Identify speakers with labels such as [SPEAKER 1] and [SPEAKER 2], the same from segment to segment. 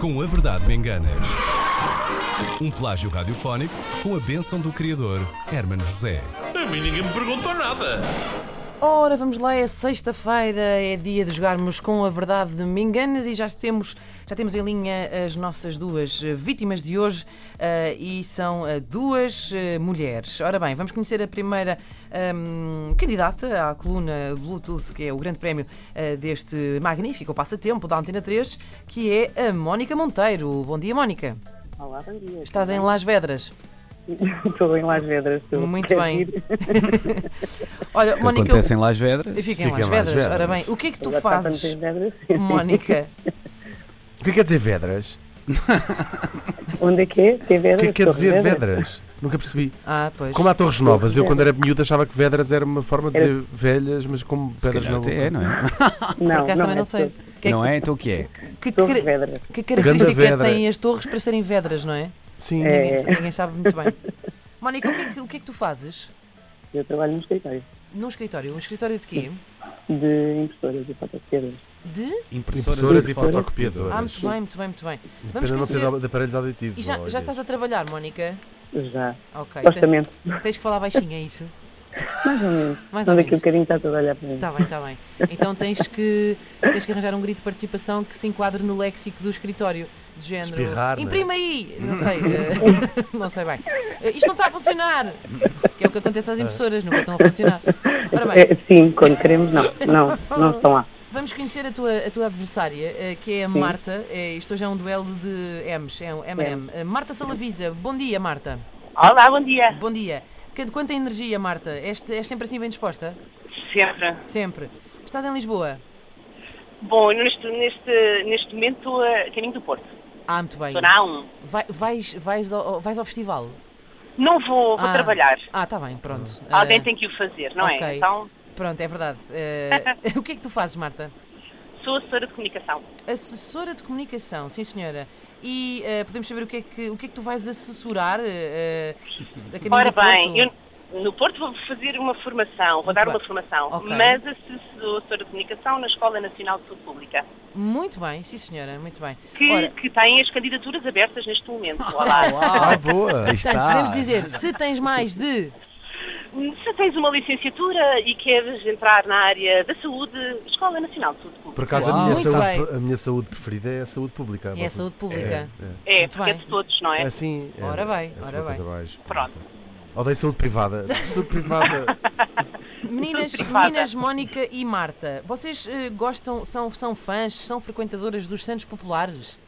[SPEAKER 1] Com a verdade benganas. Um plágio radiofónico com a bênção do criador Hermano José.
[SPEAKER 2] A mim ninguém me perguntou nada.
[SPEAKER 3] Ora, vamos lá, é sexta-feira, é dia de jogarmos com a verdade de me enganas e já temos, já temos em linha as nossas duas eh, vítimas de hoje eh, e são eh, duas eh, mulheres. Ora bem, vamos conhecer a primeira ahm, candidata à coluna Bluetooth, que é o grande prémio eh, deste magnífico passatempo da Antena 3, que é a Mónica Monteiro. Bom dia, Mónica.
[SPEAKER 4] Olá, bom dia.
[SPEAKER 3] Estás em Las Vedras.
[SPEAKER 4] Estou em Las Vedras. tu
[SPEAKER 3] Muito
[SPEAKER 4] queres
[SPEAKER 3] bem.
[SPEAKER 4] ir?
[SPEAKER 3] Olha, Mónica,
[SPEAKER 5] Acontece em Las Vedras.
[SPEAKER 3] fica em
[SPEAKER 5] Fica
[SPEAKER 3] Las Vedras. Ora bem, o que é que tu
[SPEAKER 4] Agora está tanto
[SPEAKER 3] fazes,
[SPEAKER 4] em Vedras.
[SPEAKER 3] Mónica?
[SPEAKER 6] O que quer dizer Vedras?
[SPEAKER 4] Onde é que é? Que é
[SPEAKER 6] O
[SPEAKER 4] Vedras?
[SPEAKER 6] que é que quer
[SPEAKER 4] Torres
[SPEAKER 6] dizer
[SPEAKER 4] Vedras?
[SPEAKER 6] Vedras? Nunca percebi.
[SPEAKER 3] Ah, pois.
[SPEAKER 6] Como há Torres Novas, eu quando era miúdo achava que Vedras era uma forma de dizer velhas, mas como
[SPEAKER 5] Se
[SPEAKER 6] Pedras
[SPEAKER 5] calhar
[SPEAKER 6] não.
[SPEAKER 5] até é, não é?
[SPEAKER 4] Não,
[SPEAKER 3] Por acaso
[SPEAKER 4] não
[SPEAKER 3] também
[SPEAKER 4] é
[SPEAKER 3] não sei.
[SPEAKER 4] Torres-
[SPEAKER 3] Que,
[SPEAKER 5] Não é? Então o que é?
[SPEAKER 3] que,
[SPEAKER 4] Torres
[SPEAKER 3] que-
[SPEAKER 4] Vedras.
[SPEAKER 3] que característica
[SPEAKER 6] Ganda Vedra.
[SPEAKER 3] têm as torres para serem vedras, não é?
[SPEAKER 6] Sim.
[SPEAKER 4] É.
[SPEAKER 3] Ninguém, ninguém sabe muito bem. Mónica, o que, é que, o que é que tu fazes
[SPEAKER 4] Eu trabalho num escritório
[SPEAKER 3] num escritório? Um escritório de quê?
[SPEAKER 4] de impressoras de fotocopiadoras.
[SPEAKER 3] De.
[SPEAKER 6] Impressoras e
[SPEAKER 4] Impressoras.
[SPEAKER 3] Ah,
[SPEAKER 6] fotocopiadoras.
[SPEAKER 3] muito bem, muito bem, muito bem. Vamos
[SPEAKER 6] Pena não ser
[SPEAKER 3] conhecer.
[SPEAKER 6] de de aparelhos auditivos. é?
[SPEAKER 3] E já,
[SPEAKER 6] ou
[SPEAKER 3] já estás a trabalhar, Mónica?
[SPEAKER 4] Já.
[SPEAKER 3] Ok.
[SPEAKER 4] Supostamente.
[SPEAKER 3] Te- Tens que falar baixinho, é isso?
[SPEAKER 4] Mais ou menos.
[SPEAKER 3] Mais ou
[SPEAKER 4] Então daqui a
[SPEAKER 3] menos. Tá,
[SPEAKER 4] bocadinho está tudo a olhar para mim.
[SPEAKER 3] Está bem, está bem. Então tens que, tens que arranjar um grito de participação que se enquadre no léxico do escritório. Do género.
[SPEAKER 6] Espirrar, não é?
[SPEAKER 3] Imprima aí! Não sei. eh, não sei bem. Eh, Isto não está a funcionar! Que é o que acontece
[SPEAKER 6] Ah.
[SPEAKER 3] às impressoras, nunca estão a funcionar. Ora bem.
[SPEAKER 4] É, sim, quando queremos, não. Não, não estão lá.
[SPEAKER 3] Vamos conhecer a tua, a tua adversária, eh, que é a Marta. Eh, Isto hoje é um duelo de M's, é um M&M. Eh, Marta Salavisa, bom dia, Marta.
[SPEAKER 7] Olá, bom dia.
[SPEAKER 3] Bom dia. Que- Quanta energia, Marta. És, és sempre assim bem disposta?
[SPEAKER 7] Sempre.
[SPEAKER 3] Sempre. Estás em Lisboa?
[SPEAKER 7] Bom, neste, neste, neste momento, a caminho do Porto.
[SPEAKER 3] Ah, muito bem.
[SPEAKER 7] Estou na A1.
[SPEAKER 3] Vai- vais, vais, ao, vais ao festival?
[SPEAKER 7] Não vou, vou
[SPEAKER 3] Ah.
[SPEAKER 7] trabalhar.
[SPEAKER 3] Ah, está bem, pronto.
[SPEAKER 7] Alguém
[SPEAKER 3] Ah,
[SPEAKER 7] tem que o fazer, não
[SPEAKER 3] ok.
[SPEAKER 7] é? Então,
[SPEAKER 3] Pronto, é verdade. Eh, o que é que tu fazes, Marta?
[SPEAKER 7] sou assessora de comunicação.
[SPEAKER 3] Assessora de comunicação, sim senhora. E eh, podemos saber o que é que, o que, é que tu vais assessorar eh, eh, a caminho
[SPEAKER 7] Ora
[SPEAKER 3] do Porto?
[SPEAKER 7] bem, eu no Porto vou fazer uma formação, vou
[SPEAKER 3] Muito
[SPEAKER 7] dar
[SPEAKER 3] bem.
[SPEAKER 7] uma formação,
[SPEAKER 3] Ok.
[SPEAKER 7] mas sou assessora de comunicação na Escola Nacional de Saúde Pública,
[SPEAKER 3] Muito bem, sim senhora, muito bem.
[SPEAKER 7] que,
[SPEAKER 3] Ora,
[SPEAKER 7] que tem as candidaturas abertas neste momento. Olá.
[SPEAKER 6] Ah, boa!
[SPEAKER 5] Aí
[SPEAKER 3] portanto,
[SPEAKER 5] está.
[SPEAKER 3] podemos dizer, se tens mais de.
[SPEAKER 7] Se tens uma licenciatura e queres entrar na área da saúde, Escola Nacional de Saúde
[SPEAKER 6] Por
[SPEAKER 7] Pública.
[SPEAKER 6] acaso
[SPEAKER 5] Uau.
[SPEAKER 6] a minha,
[SPEAKER 3] Muito
[SPEAKER 6] saúde, a minha saúde preferida é a saúde pública.
[SPEAKER 3] É a saúde pública.
[SPEAKER 7] É,
[SPEAKER 3] Muito
[SPEAKER 7] porque é
[SPEAKER 3] bem.
[SPEAKER 7] de todos, não
[SPEAKER 6] É,
[SPEAKER 7] é?
[SPEAKER 6] Assim. é-
[SPEAKER 3] Ora bem,
[SPEAKER 6] é
[SPEAKER 3] ora
[SPEAKER 6] assim uma
[SPEAKER 3] bem.
[SPEAKER 6] coisa mais pública.
[SPEAKER 7] Pronto.
[SPEAKER 6] Odeio saúde privada. Saúde privada.
[SPEAKER 3] Meninas,
[SPEAKER 7] Tudo privada.
[SPEAKER 3] meninas Mónica e Marta, vocês eh, gostam, são, são fãs, são frequentadoras dos Santos Populares?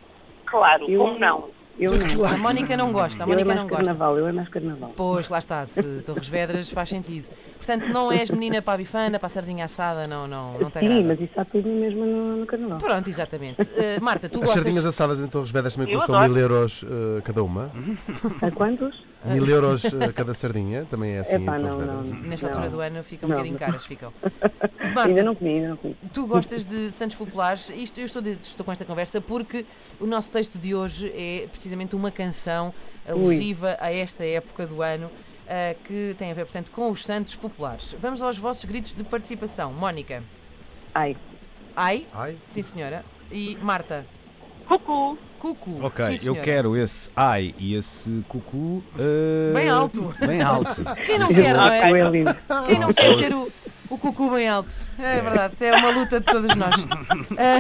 [SPEAKER 7] Claro,
[SPEAKER 4] Eu-
[SPEAKER 7] como não?
[SPEAKER 4] Eu não.
[SPEAKER 3] A Mónica não gosta, a
[SPEAKER 4] Eu é
[SPEAKER 3] Mónica
[SPEAKER 4] mais
[SPEAKER 3] não gosta.
[SPEAKER 4] carnaval, eu é mais carnaval.
[SPEAKER 3] Pois, lá está, se Torres Vedras faz sentido. Portanto, não és menina para a bifana, para a sardinha assada, não, não, não tem
[SPEAKER 4] Sim,
[SPEAKER 3] nada.
[SPEAKER 4] mas isso está tudo mesmo no, no carnaval.
[SPEAKER 3] Pronto, exatamente. Eh, Marta, tu
[SPEAKER 6] As sardinhas
[SPEAKER 3] gostas.
[SPEAKER 6] assadas em Torres Vedras também
[SPEAKER 7] Eu
[SPEAKER 6] custam
[SPEAKER 7] adoro.
[SPEAKER 6] mil euros eh, cada uma.
[SPEAKER 3] Uhum.
[SPEAKER 4] A quantos?
[SPEAKER 6] Mil euros eh, cada sardinha. Também é assim em
[SPEAKER 4] Epá,
[SPEAKER 6] Torres
[SPEAKER 4] não,
[SPEAKER 6] Vedras.
[SPEAKER 4] não.
[SPEAKER 3] Nesta
[SPEAKER 4] não.
[SPEAKER 3] altura do ano ficam um
[SPEAKER 4] Não.
[SPEAKER 3] bocadinho caras, ficam.
[SPEAKER 4] Ainda
[SPEAKER 3] Marta,
[SPEAKER 4] não comi, ainda não comi.
[SPEAKER 3] Tu gostas de Santos Populares? Isto, eu estou, de- estou com esta conversa porque o nosso texto de hoje é precisamente uma canção alusiva a esta época do ano ah, que tem a ver, portanto, com os Santos Populares. Vamos aos vossos gritos de participação. Mónica.
[SPEAKER 4] Ai,
[SPEAKER 3] Ai?
[SPEAKER 6] Ai,
[SPEAKER 3] Sim, senhora. E Marta.
[SPEAKER 7] Cucu.
[SPEAKER 3] Cucu.
[SPEAKER 5] Ok,
[SPEAKER 3] Sim,
[SPEAKER 5] eu
[SPEAKER 3] senhora.
[SPEAKER 5] quero esse ai e esse cucu. eh,
[SPEAKER 3] Bem alto.
[SPEAKER 5] Bem alto.
[SPEAKER 3] Quem não
[SPEAKER 4] eu
[SPEAKER 3] quer, não é?
[SPEAKER 4] acho que é lindo.
[SPEAKER 3] Quem não quer ter o, o cucu bem alto? É verdade, é uma luta de todos nós. Ah,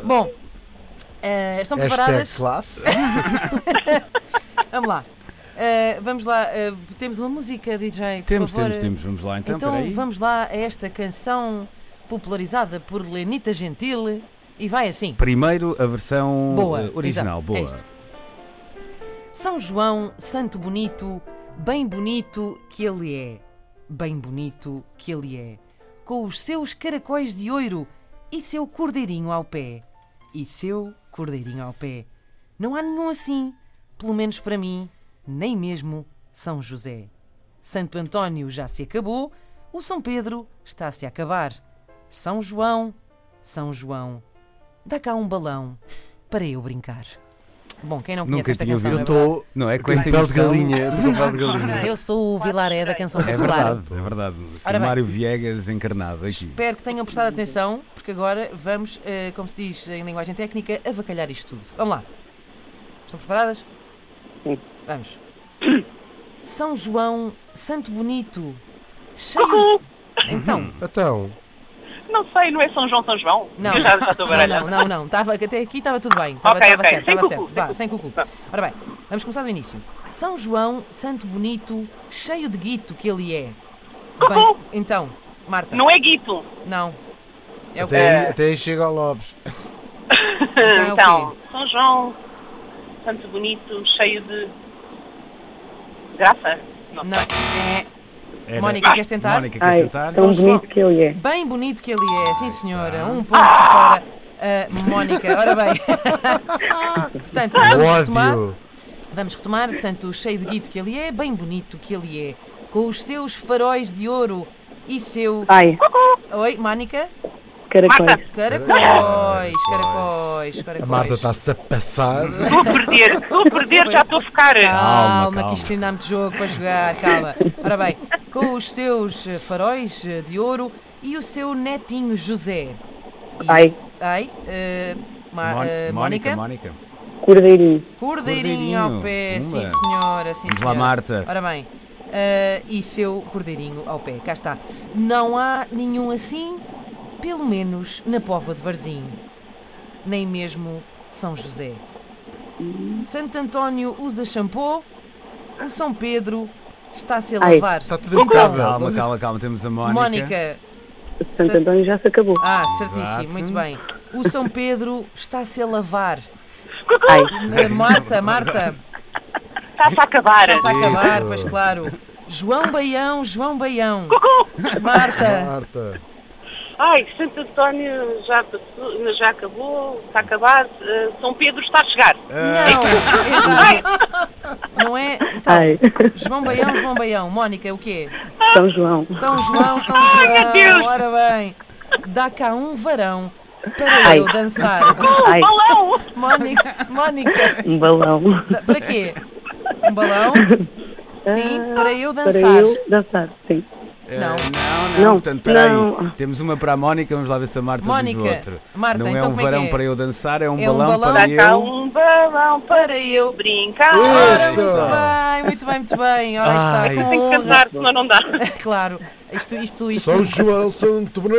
[SPEAKER 3] Bom, ah, estão
[SPEAKER 6] hashtag
[SPEAKER 3] preparadas?
[SPEAKER 6] classe.
[SPEAKER 3] Vamos lá. Ah, vamos lá, ah, temos uma música, DJ, por
[SPEAKER 5] Temos,
[SPEAKER 3] favor.
[SPEAKER 5] temos, temos. Vamos lá então,
[SPEAKER 3] Então,
[SPEAKER 5] peraí.
[SPEAKER 3] vamos lá a esta canção popularizada por Lenita Gentile e vai assim.
[SPEAKER 5] Primeiro a versão
[SPEAKER 3] Boa,
[SPEAKER 5] eh, original.
[SPEAKER 3] exato,
[SPEAKER 5] Boa.
[SPEAKER 3] é isto. São João, santo bonito, bem bonito que ele é, bem bonito que ele é, com os seus caracóis de ouro e seu cordeirinho ao pé, e seu cordeirinho ao pé. Não há nenhum assim, pelo menos para mim, nem mesmo São José. Santo António já se acabou, o São Pedro está-se a acabar. São João, São João, dá cá um balão para eu brincar. Bom, quem não
[SPEAKER 5] Nunca
[SPEAKER 3] conhece esta
[SPEAKER 5] tinha
[SPEAKER 3] canção,
[SPEAKER 5] ouvido.
[SPEAKER 6] Eu
[SPEAKER 3] é verdade.
[SPEAKER 6] estou
[SPEAKER 5] Não é com esta
[SPEAKER 6] com pele de
[SPEAKER 5] emoção.
[SPEAKER 6] galinha. Estou com pele de galinha.
[SPEAKER 3] Eu sou o Vilaré da canção
[SPEAKER 5] É
[SPEAKER 3] popular.
[SPEAKER 5] verdade, é verdade. Assim,
[SPEAKER 3] Ora bem.
[SPEAKER 5] Mário Viegas encarnado aqui.
[SPEAKER 3] Espero que tenham prestado atenção, porque agora vamos, eh, como se diz em linguagem técnica, avacalhar isto tudo. Vamos lá. Estão preparadas?
[SPEAKER 4] Sim.
[SPEAKER 3] Vamos. São João, Santo Bonito, cheio...
[SPEAKER 7] Cucu!
[SPEAKER 3] Então,
[SPEAKER 6] Então,
[SPEAKER 7] Não sei, não é São João, São João?
[SPEAKER 3] não.
[SPEAKER 7] Eu já já estou
[SPEAKER 3] não,
[SPEAKER 7] baralhada.
[SPEAKER 3] não, não, não. Tava, até aqui estava tudo bem. Estava,
[SPEAKER 7] Ok,
[SPEAKER 3] estava
[SPEAKER 7] ok.
[SPEAKER 3] certo,
[SPEAKER 7] Sem
[SPEAKER 3] estava certo.
[SPEAKER 7] cucu, sem
[SPEAKER 3] Vá,
[SPEAKER 7] cucu.
[SPEAKER 3] sem cucu. Ora bem, vamos começar do início. São João, Santo Bonito, cheio de guito que ele é.
[SPEAKER 7] Cucu!
[SPEAKER 3] Bem, então, Marta.
[SPEAKER 7] Não é Guito.
[SPEAKER 3] Não. É o
[SPEAKER 6] até aí, até aí chega ao Lopes.
[SPEAKER 3] Então é o
[SPEAKER 7] Então, São João, tanto bonito, cheio de graça. Não,
[SPEAKER 3] Não. É.
[SPEAKER 6] né?
[SPEAKER 5] Era-
[SPEAKER 3] Mónica, queres tentar?
[SPEAKER 5] Mónica, queres
[SPEAKER 4] Ai,
[SPEAKER 5] tentar?
[SPEAKER 4] tão
[SPEAKER 3] São João.
[SPEAKER 4] bonito que ele é.
[SPEAKER 3] Bem bonito que ele é, sim senhora. Um ponto para a Mónica. Ora bem. Portanto,
[SPEAKER 6] O
[SPEAKER 3] vamos retomar.
[SPEAKER 6] ódio.
[SPEAKER 3] Vamos retomar, portanto, cheio de guito que ele é, bem bonito que ele é, com os seus faróis de ouro e seu.
[SPEAKER 4] Ai,
[SPEAKER 3] Oi, Mónica?
[SPEAKER 4] caracóis.
[SPEAKER 3] Caracóis, caracóis, caracóis.
[SPEAKER 6] Ah, A Marta tá está-se a passar.
[SPEAKER 7] Vou perder, vou perder, já estou a ficar.
[SPEAKER 3] Calma,
[SPEAKER 5] Calma,
[SPEAKER 3] que isto ainda há muito jogo para jogar, calma. Ora bem, com os seus eh, faróis eh, de ouro e o seu netinho José. E
[SPEAKER 4] Ai.
[SPEAKER 3] esse- Ai. eh, Ma-
[SPEAKER 5] Mó-
[SPEAKER 3] eh,
[SPEAKER 5] Mónica,
[SPEAKER 3] Mónica.
[SPEAKER 5] Mónica.
[SPEAKER 4] Cordeirinho.
[SPEAKER 3] Cordeirinho ao pé, sim
[SPEAKER 5] Cordeirinho, pumba.
[SPEAKER 3] senhora, sim
[SPEAKER 5] Vamos lá,
[SPEAKER 3] senhora.
[SPEAKER 5] Marta.
[SPEAKER 3] Ora bem, eh, e seu cordeirinho ao pé, cá está. Não há nenhum assim, pelo menos na Póvoa de Varzim. Nem mesmo São José. Santo António usa shampoo, o São Pedro está-se a
[SPEAKER 4] Ai.
[SPEAKER 3] lavar.
[SPEAKER 6] Está Tá tudo impecável.
[SPEAKER 5] Calma, calma, calma. Temos a Mónica.
[SPEAKER 3] Mónica,
[SPEAKER 4] Santo
[SPEAKER 3] Sa-
[SPEAKER 4] António já se acabou.
[SPEAKER 3] ah, certíssimo,
[SPEAKER 5] Exato.
[SPEAKER 3] muito bem. O São Pedro está-se a lavar.
[SPEAKER 4] Ai,
[SPEAKER 3] Eh, Marta, Marta.
[SPEAKER 7] Está-se a acabar.
[SPEAKER 3] Está a
[SPEAKER 6] Isso.
[SPEAKER 3] acabar, pois claro. João Baião, João Baião. Marta,
[SPEAKER 6] Marta.
[SPEAKER 7] Ai, Santo António já, passou, já acabou, está a acabar. eh, São Pedro está a chegar.
[SPEAKER 3] não,
[SPEAKER 7] Ai,
[SPEAKER 3] exato, não é? Então,
[SPEAKER 4] ai,
[SPEAKER 3] João Baião, João Baião. Mónica, é o quê?
[SPEAKER 4] São João.
[SPEAKER 3] São João, São
[SPEAKER 7] meu
[SPEAKER 3] João.
[SPEAKER 7] Deus.
[SPEAKER 3] Ora bem, dá cá um varão para
[SPEAKER 4] Ai.
[SPEAKER 3] eu dançar.
[SPEAKER 4] Ai,
[SPEAKER 7] um balão!
[SPEAKER 3] Mónica, Mónica,
[SPEAKER 4] um balão.
[SPEAKER 3] dá- para quê? Um balão? Sim, para eu
[SPEAKER 4] Para
[SPEAKER 3] dançar.
[SPEAKER 4] eu dançar, sim.
[SPEAKER 5] Eh,
[SPEAKER 3] Não.
[SPEAKER 5] não, não,
[SPEAKER 4] Não,
[SPEAKER 5] Portanto, espera aí.
[SPEAKER 4] não.
[SPEAKER 5] Temos uma para a Mónica, vamos lá ver se a Marta
[SPEAKER 3] Mónica,
[SPEAKER 5] diz outro.
[SPEAKER 3] Marta,
[SPEAKER 5] não é
[SPEAKER 3] então
[SPEAKER 5] um
[SPEAKER 3] como é que
[SPEAKER 5] varão
[SPEAKER 3] é?
[SPEAKER 5] para eu dançar, é um,
[SPEAKER 3] É um
[SPEAKER 5] balão, para
[SPEAKER 3] balão
[SPEAKER 7] Dá cá
[SPEAKER 5] eu.
[SPEAKER 7] um balão para
[SPEAKER 3] Para eu.
[SPEAKER 7] brincar.
[SPEAKER 3] Ora,
[SPEAKER 6] Isso.
[SPEAKER 3] muito bem, muito bem, muito bem. Ora, aí
[SPEAKER 5] Ai,
[SPEAKER 3] está. com
[SPEAKER 7] Tem que
[SPEAKER 3] honra.
[SPEAKER 7] cantar, senão não dá.
[SPEAKER 3] Claro, isto, isto, isto,
[SPEAKER 6] São João Santo Bonito.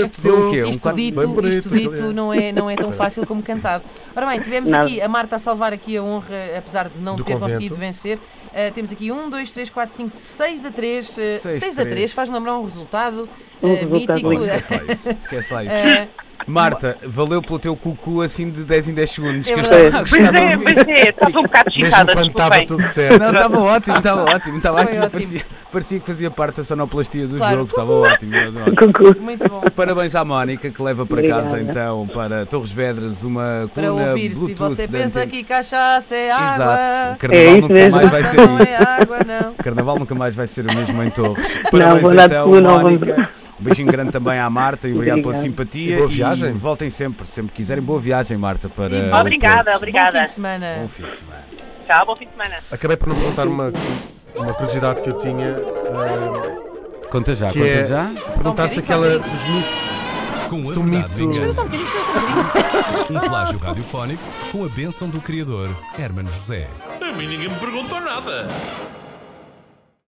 [SPEAKER 5] Isto deu o quê? um
[SPEAKER 3] isto é
[SPEAKER 5] quarto-
[SPEAKER 3] dito,
[SPEAKER 6] bem bonito,
[SPEAKER 3] isto dito
[SPEAKER 6] aliás.
[SPEAKER 3] não é, não é tão fácil como cantado. Ora bem, tivemos
[SPEAKER 4] Nada.
[SPEAKER 3] aqui a Marta a salvar aqui a honra, apesar de não
[SPEAKER 6] Do
[SPEAKER 3] ter
[SPEAKER 6] convento.
[SPEAKER 3] conseguido vencer. Ah, temos aqui 1, 2, 3, 4, 5, 6 a 3.
[SPEAKER 5] Seis
[SPEAKER 3] 6 a
[SPEAKER 5] três.
[SPEAKER 3] 3, faz-me lembrar um resultado
[SPEAKER 4] Um
[SPEAKER 3] ah,
[SPEAKER 4] resultado
[SPEAKER 3] mítico.
[SPEAKER 5] Oh,
[SPEAKER 4] lindo.
[SPEAKER 5] esquece lá isso, esquece lá isso.
[SPEAKER 3] Ah,
[SPEAKER 5] Marta, valeu pelo teu cucu assim de 10 em 10 segundos.
[SPEAKER 3] É
[SPEAKER 5] que eu
[SPEAKER 3] verdade.
[SPEAKER 5] estava a
[SPEAKER 7] Pois
[SPEAKER 5] gostar de
[SPEAKER 7] é,
[SPEAKER 5] ouvir.
[SPEAKER 7] pois é, estava um bocado
[SPEAKER 6] Mesmo
[SPEAKER 7] chitada,
[SPEAKER 6] quando estava
[SPEAKER 7] desculpem.
[SPEAKER 6] tudo certo.
[SPEAKER 5] Não, estava ótimo, estava ótimo. Estava
[SPEAKER 3] Foi
[SPEAKER 5] aqui,
[SPEAKER 3] ótimo.
[SPEAKER 5] Parecia, parecia que fazia parte da sonoplastia do
[SPEAKER 3] Claro.
[SPEAKER 5] jogo, estava ótimo. estava ótimo.
[SPEAKER 4] Cucu.
[SPEAKER 3] muito bom.
[SPEAKER 5] Parabéns à Mónica que leva para
[SPEAKER 4] Obrigada.
[SPEAKER 5] casa então para Torres Vedras uma
[SPEAKER 3] Para
[SPEAKER 5] coluna
[SPEAKER 3] ouvir, se
[SPEAKER 5] Bluetooth.
[SPEAKER 3] você
[SPEAKER 5] da
[SPEAKER 3] pensa
[SPEAKER 5] Antena-
[SPEAKER 3] que cachaça é
[SPEAKER 5] Exato.
[SPEAKER 3] água,
[SPEAKER 5] O Carnaval
[SPEAKER 4] É isso
[SPEAKER 5] nunca
[SPEAKER 4] mesmo.
[SPEAKER 5] mais vai
[SPEAKER 3] cachaça
[SPEAKER 5] ser
[SPEAKER 3] não é
[SPEAKER 5] isso.
[SPEAKER 3] água, não.
[SPEAKER 5] O Carnaval nunca mais vai ser o mesmo em Torres. Parabéns
[SPEAKER 4] vou dar de
[SPEAKER 5] então,
[SPEAKER 4] coluna ao
[SPEAKER 5] Mónica. Um beijinho grande também à Marta e obrigado pela
[SPEAKER 4] Obrigada.
[SPEAKER 5] simpatia.
[SPEAKER 6] E boa viagem.
[SPEAKER 5] voltem sempre, sempre quiserem. Boa viagem, Marta, para.
[SPEAKER 7] Obrigada,
[SPEAKER 5] Torres.
[SPEAKER 3] Bom fim
[SPEAKER 7] obrigada.
[SPEAKER 3] de semana.
[SPEAKER 5] Bom fim de semana.
[SPEAKER 7] Tchau, bom fim de semana.
[SPEAKER 6] Acabei por não perguntar uma, uma curiosidade que eu tinha. ah,
[SPEAKER 5] Conta já,
[SPEAKER 6] Que
[SPEAKER 5] conta
[SPEAKER 6] é-
[SPEAKER 5] já.
[SPEAKER 6] perguntar
[SPEAKER 3] bocadinho, só um
[SPEAKER 6] se aquela.
[SPEAKER 3] bocadinho.
[SPEAKER 6] se os mitos-
[SPEAKER 1] Com a
[SPEAKER 6] Se o
[SPEAKER 1] verdade
[SPEAKER 6] mito-
[SPEAKER 1] engana.
[SPEAKER 3] Só um bocadinho, espera só um bocadinho.
[SPEAKER 1] Um plágio radiofónico com a bênção do criador, Hermano José.
[SPEAKER 2] A mim ninguém me perguntou nada.